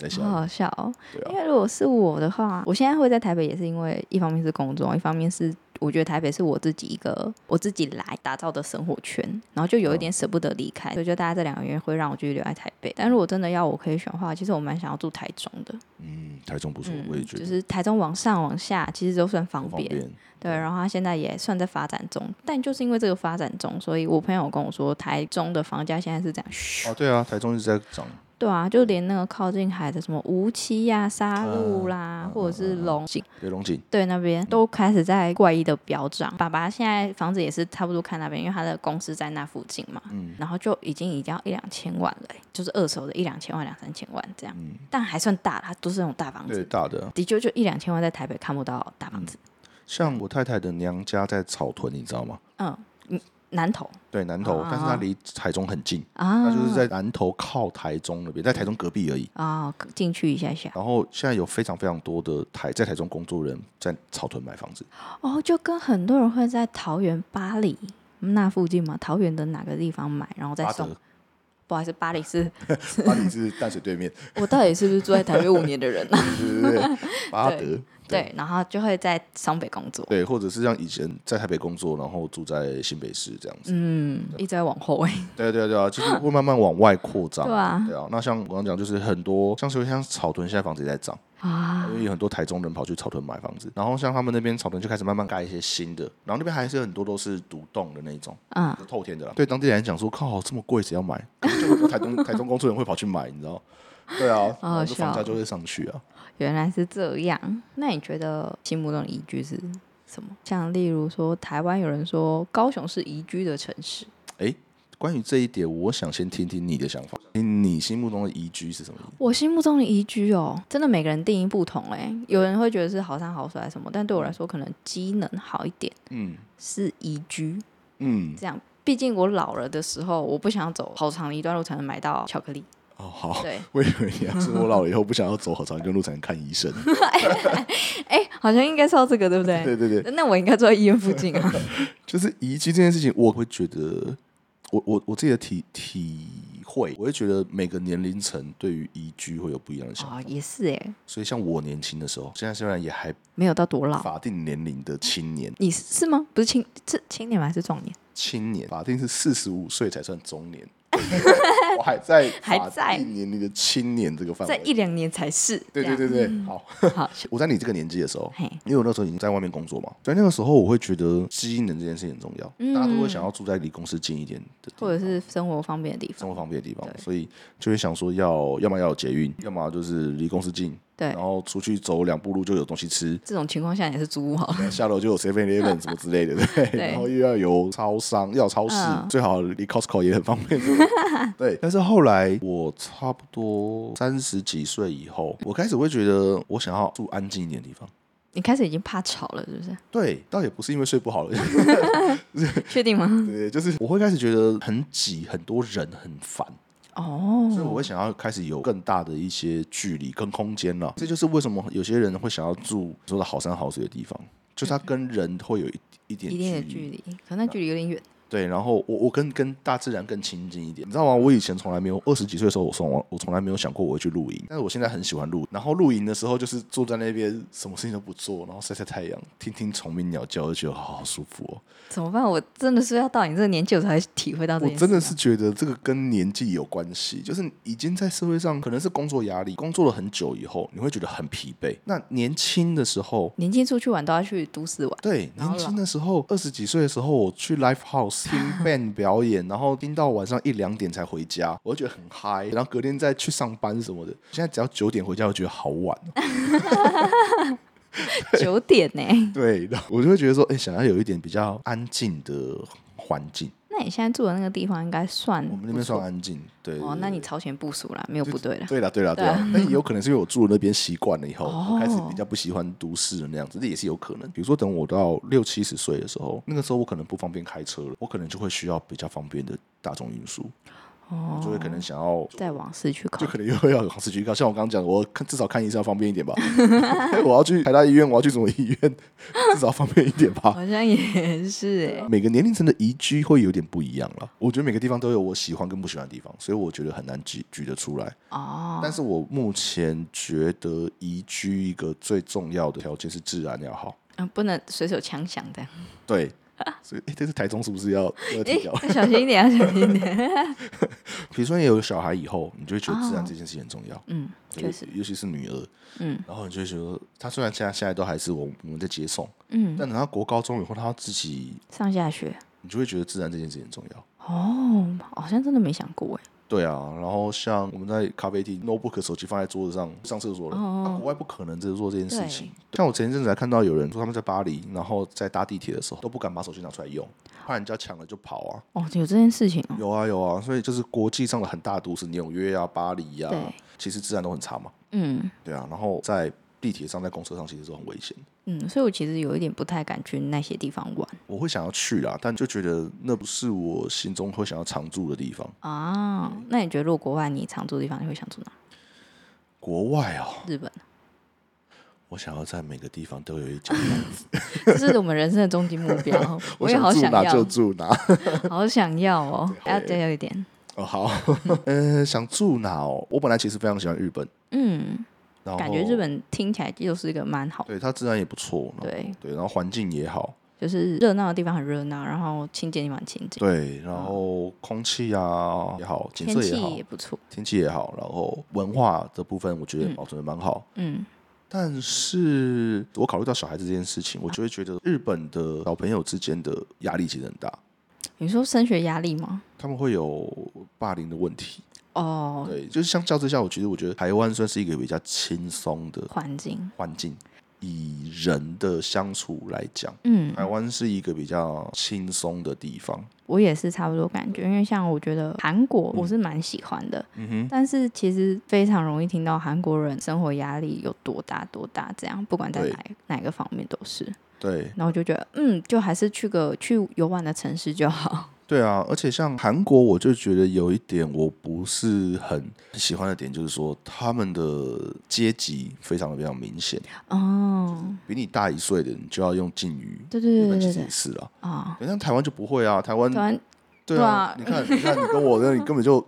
再下好雨。好笑哦！对啊因为如果是我的话，我现在会在台北，也是因为一方面是工作，一方面是我觉得台北是我自己一个我自己来打造的生活圈，然后就有一嗯点舍不得离开，所以就大概这两个月会让我继续留在台北。但如果真的要我可以选的话，其实我蛮想要住台中的，嗯，台中不错嗯，，我也觉就得是台中往上往下其实都算很方方便。便。对，然后它现在也算在发展中，但就是因为这个发展中，所以我朋友跟我说，台中的房价现在是这样，嘘哦，对啊，台中一直在涨。对啊，就连那个靠近海的什么无期呀、沙鹿啦，或者是龙井，对，龙井对那边都开始在怪异的飙涨。爸爸现在房子也是差不多看那边，因为他的公司在那附近嘛，然后就已经已经要一两千万了欸、就是二手的一两千万、两三千万这样，但还算大啦，都是那种大房对子。大的啊，的确，就一两千万在台北看不到大房子，像我太太的娘家在草屯，你知道吗？嗯，南投对，南投，但是它啊离台中很近，它啊，就是在南投靠台中那边，在台中隔壁而已。啊进去一下下然后现在有非常非常多的台在台中工作人在草屯买房子，哦，就跟很多人会在桃园、巴黎那附近嘛，桃园的哪个地方买，然后再巴送德。，不好意思，巴黎是巴黎是淡水 对面，我到底是不是住在台北五年的人呢、 对对对对，巴德，对，然后就会在双北工作。对，或者是像以前在台北工作，然后住在新北市这样子。嗯，一直在往后哎、对啊对啊对啊，就是会慢慢往外扩张。对啊对啊，那像我刚刚讲，就是很多像是像草屯现在房子也在涨， 啊，因为有很多台中人跑去草屯买房子，然后像他们那边草屯就开始慢慢盖一些新的，然后那边还是有很多都是独栋的那一种，嗯，就透天的啦。对当地人来讲说，靠，这么贵谁要买？ 可是就很多台中台中工作人会跑去买，你知道？对哦啊，然后就笑房价就会上去啊。原来是这样。那你觉得心目中的宜居是什么？像例如说，台湾有人说高雄是宜居的城市，关于这一点，我想先听听你的想法，你心目中的宜居是什么意思？我心目中的宜居哦，真的每个人定义不同哎、有人会觉得是好山好水什么，但对我来说，可能机能好一点嗯是宜居。嗯，这样，毕竟我老了的时候，我不想走好长的一段路才能买到巧克力。哦好， 对，我以为你要是我老了以后不想要走好长一段路才能看医生。哎、好像应该是要这个，对不对？ 对对对，那我应该住在医院附近啊。就是移居这件事情，我会觉得，我我我自己的体体会，我会觉得每个年龄层对于移居会有不一样的想法。 哦，也是哎、所以像我年轻的时候，现在虽然也还没有到多老。法定年龄的青年，你是是吗？不是青是青年吗？还是壮年？青年法定是四十五岁才算 中年，我还在还法在定年龄的青年这个范在围。一两年才是。对对对对，好。对，好，是我在你这个年纪的时候，嘿，因为我那时候已经在外面工作嘛，所以那个时候我会觉得机能这件事情很重要，嗯大家都会想要住在离公司近一点的地方或者是生活方便的地方。生活方便的地方，对所以就会想说要，要么要有捷运，要么就是离公司近，对然，后出去走两步路就有东西吃，这种情况下也是租屋好了。下楼就有 Seven Eleven 什么之类的，对，对然后又要有超商，要有超市，嗯最好离 Costco 也很方便， 对。但是后来我差不多三十几岁以后，我开始会觉得我想要住安静一点的地方。你开始已经怕吵了，是不是？对，倒也不是因为睡不好了， 确定吗？对，就是我会开始觉得很挤，很多人很烦，所以我哦，会想要开始有更大的一些距离跟空间了。这就是为什么有些人会想要住说的好山好水的地方，就是它跟人会有一一点一定的距距离，可那距离有点远。对，然后我我跟跟大自然更亲近一点，你知道吗？我以前从来没有二十几岁的时候，我从我我从来没有想过我会去露营，但是我现在很喜欢露营。然后露营的时候就是坐在那边，什么事情都不做，然后晒晒太阳，听听虫鸣鸟叫，就觉得好好舒服哦。怎么办？我真的是要到你这个年纪，我才会体会到这我件事。真的是觉得这个跟年纪有关系，就是已经在社会上，可能是工作压力，工作了很久以后，你会觉得很疲惫。那年轻的时候，年轻出去玩都要去都市玩，对，然后年轻的时候，二十几岁的时候，我去 live house 听 band 表演，然后听到晚上一两点才回家，我就觉得很嗨，然后隔天再去上班什么的。现在只要九点回家，我觉得好晚哦、九点呢、 对，然后我就会觉得说，哎、想要有一点比较安静的环境，那你现在住的那个地方应该算我们那不边算错安静，对对哦，那对你超前部署啦，没有不对了。对啦，对啦，对对啊啦，但也有可能是因为我住的那边习惯了以后，我开始哦比较不喜欢都市的那样子，这也是有可能。比如说，等我到六七十岁的时候，那个时候我可能不方便开车了，我可能就会需要比较方便的大众运输，哦，就会可能想要，再往市区靠就，可能又要往市区靠。像我刚刚讲的，我看至少看医生要方便一点 吧，我要去台大医院，我要去什么医院，至少方便一点吧。好像也是哎、 每个年龄层的宜居会有点不一样了，我觉得每个地方都有我喜欢跟不喜欢的地方，所以我觉得很难举举得出来。哦，但是我目前觉得宜居一个最重要的条件是治安要好。嗯，不能随手枪响 的，对，所以、诶这是台中是不 是要要哎提掉？，要小心一点， 要小心一点。比如说你有小孩以后，你就会觉得治安这件事情很重要。嗯，对确实，尤其是女儿，嗯然后你就会觉得，她虽然现在现在都还是我我们在接送，嗯，但等她国高中以后，她要自己，上下学你就会觉得治安这件事情很重要。哦，好像真的没想过哎、对啊，然后像我们在咖啡厅，notebook 手机放在桌子上上厕所了，哦啊、国外不可能这做这件事情。像我前一阵子还看到有人说他们在巴黎，然后在搭地铁的时候都不敢把手机拿出来用，怕人家抢了就跑啊。哦，有这件事情哦，有啊有啊，所以就是国际上的很大都市，纽约啊、巴黎啊对，其实治安都很差嘛。嗯，对啊，然后在地铁上、在公车上其实都很危险。嗯，所以我其实有一点不太敢去那些地方玩我会想要去啦，但就觉得那不是我心中会想要常住的地方。啊。嗯那你觉得如果国外你常住的地方，你会想住哪？国外哦，日本，啊我想要在每个地方都有一间房子，这是我们人生的终极目 标。 我也好住想哪就要，住哪。好想要哦，要加油一点。哦，好， 嗯，想住哪哦？我本来其实非常喜欢日本，嗯，然后感觉日本听起来就是一个蛮好的，对它自然也不错，然后对，对，然后环境也好，就是热闹的地方很热闹，然后清洁地方很清洁，对，然后空气啊也好，景天色也气好也，不错。天气也好，然后文化的部分我觉得嗯保存的蛮好。嗯但是我考虑到小孩子这件事情，我就会觉得日本的小朋友之间的压力其实很大，你说升学压力吗？他们会有霸凌的问题。哦，对，就是相较之下，我其实我觉得台湾算是一个比较轻松的环境，环境，以人的相处来讲。嗯，台湾是一个比较轻松的地方，我也是差不多感觉，因为像我觉得韩国嗯我是蛮喜欢的，但是其实非常容易听到韩国人生活压力有多大多大，这样不管在对哪哪个方面都是。对然后我就觉得，嗯，就还是去个去游玩的城市就好。对啊，而且像韩国，我就觉得有一点我不是很喜欢的点，就是说他们的阶级非常的非常明显，哦，比你大一岁的你就要用敬语，对对日对本其对实对也是啊，啊，好像台湾就不会啊，台湾突然对啊，你对看你看你跟我，你根本就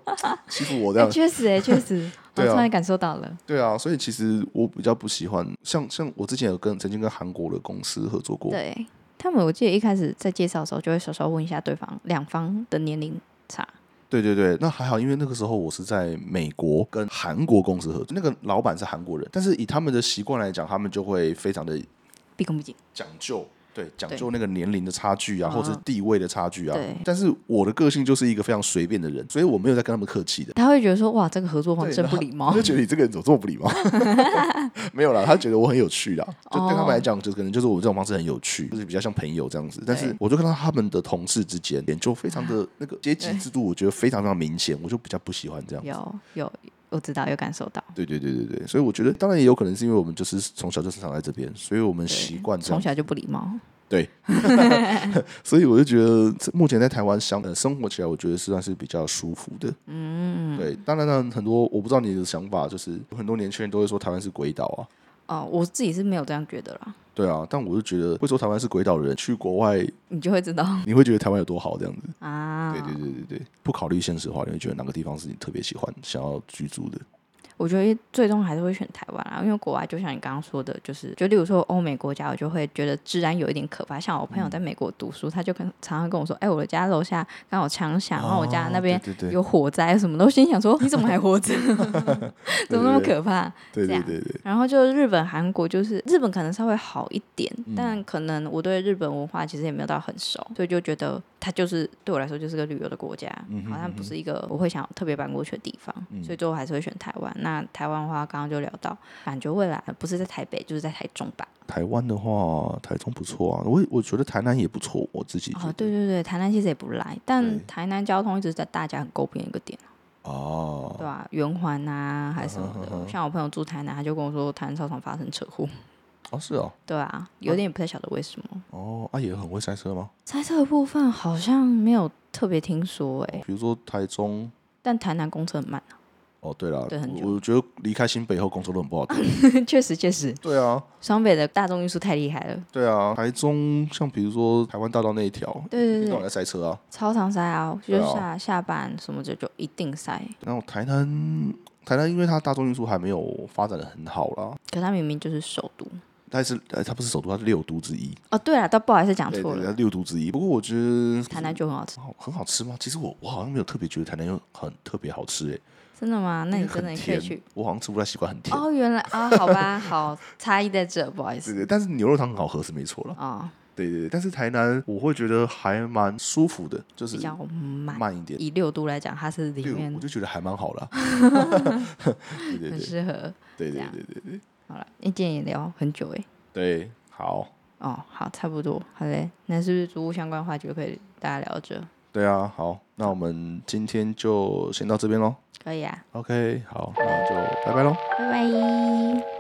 欺负我这 哎，样，确实哎，确 实，我对啊突然感受到了。对啊，所以其实我比较不喜欢，像像我之前有跟曾经跟韩国的公司合作过，对他们，我记得一开始在介绍的时候，就会稍稍问一下对方两方的年龄差。对对对，那还好，因为那个时候我是在美国跟韩国公司合作，那个老板是韩国人，但是以他们的习惯来讲，他们就会非常的毕恭毕敬，讲究。对，讲究那个年龄的差距啊，或者是地位的差距啊对。但是我的个性就是一个非常随便的人，所以我没有在跟他们客气的。他会觉得说：“哇，这个合作方对啊式真然不后礼我貌就。觉得你这个人怎么这么不礼貌？ 没有啦，他觉得我很有趣啦，就对他们哦来讲，就可能就是我这种方式很有趣，就是比较像朋友这样子。但是对我就看到他们的同事之间，就非常的那个阶级制度，我觉得非常非常明显，我就比较不喜欢这样”子。 有有，我知道有感受到。对对对对对，所以我觉得，当然也有可能是因为我们就是从小就生长在这边，所以我们对习惯这从样。小就不礼貌。对， 所以我就觉得这目前在台湾相呃生活起来，我觉得是算是比较舒服的。嗯，对，当然呢，很多我不知道你的想法，就是很多年轻人都会说台湾是鬼岛啊，哦，我自己是没有这样觉得啦，对啊，但我就觉得会说台湾是鬼岛的人去国外，你就会知道你会觉得台湾有多好这样子。啊。对对对对对，不考虑现实化，你会觉得哪个地方是你特别喜欢、想要居住的？我觉得最终还是会选台湾啦，因为国外就像你刚刚说的，就是就例如说欧美国家，我就会觉得治安有一点可怕。像我朋友在美国读书，他就跟常常跟我说：“哎、我的家楼下刚好枪响，然后我家哦那边对对对有火灾什么的。”我心想说：“你怎么还活 着？ 怎么那么可怕？”对这对样对对，然后就日本、韩国，就是日本可能稍微好一点，嗯但可能我对日本文化其实也没有到很熟，所以就觉得它就是对我来说就是个旅游的国家，嗯好像不是一个我会想特别搬过去的地方，所以最后还是会选台湾。那台湾的话，刚刚就聊到，感觉未来不是在台北就是在台中吧？台湾的话，台中不错啊，我我觉得台南也不错，我自己觉哦得，。对对对，台南其实也不赖，但对台南交通一直在大家很诟病的一个点，哦嗯对，吧、啊圆环啊还是什么的，像我朋友住台南，他就跟我说台南超常发生车 祸，哦是哦，对啊，有点不太晓得为什么。哦啊也很会塞车吗？猜测的部分好像没有特别听说哎、比如说台中，但台南公车很慢、啊哦对了，对很久我我觉得离开新北后工作都很不好 听。确实确实，对啊，双北的大众运输太厉害了，对啊，台中像比如说台湾大道那一条，对对一对天到晚在塞车啊。超常塞啊，就对是下、啊下班什么的就一定塞，然后台南，台南因为它大众运输还没有发展的很好啦，可它明明就是首都但是呃它不是首都，它是六都之一。哦，对了，都不好意思讲对错对，了，对它六都之一。不过我觉得台南就很好吃，好很好吃吗？其实我我好像没有特别觉得台南有很特别好吃诶、欸真的吗？那因为你很真的可以甜，去我好像吃不太习惯很甜。哦，原来啊、好吧，好差异在这，不好意对思对，但是牛肉汤很好喝是没错啦。哦，对对对，但是台南我会觉得还蛮舒服的，就是比较慢，慢一点。以六都来讲，它是里对，面我就觉得还蛮好啦。对对很对适合。对这对对样对对对好了，一见也聊很久哎、对，好，哦，好，差不多，好嘞。那是不是租屋相关话题就可以大家聊着？对啊，好，那我们今天就先到这边喽。可以啊， OK，好，那就拜拜喽。拜拜。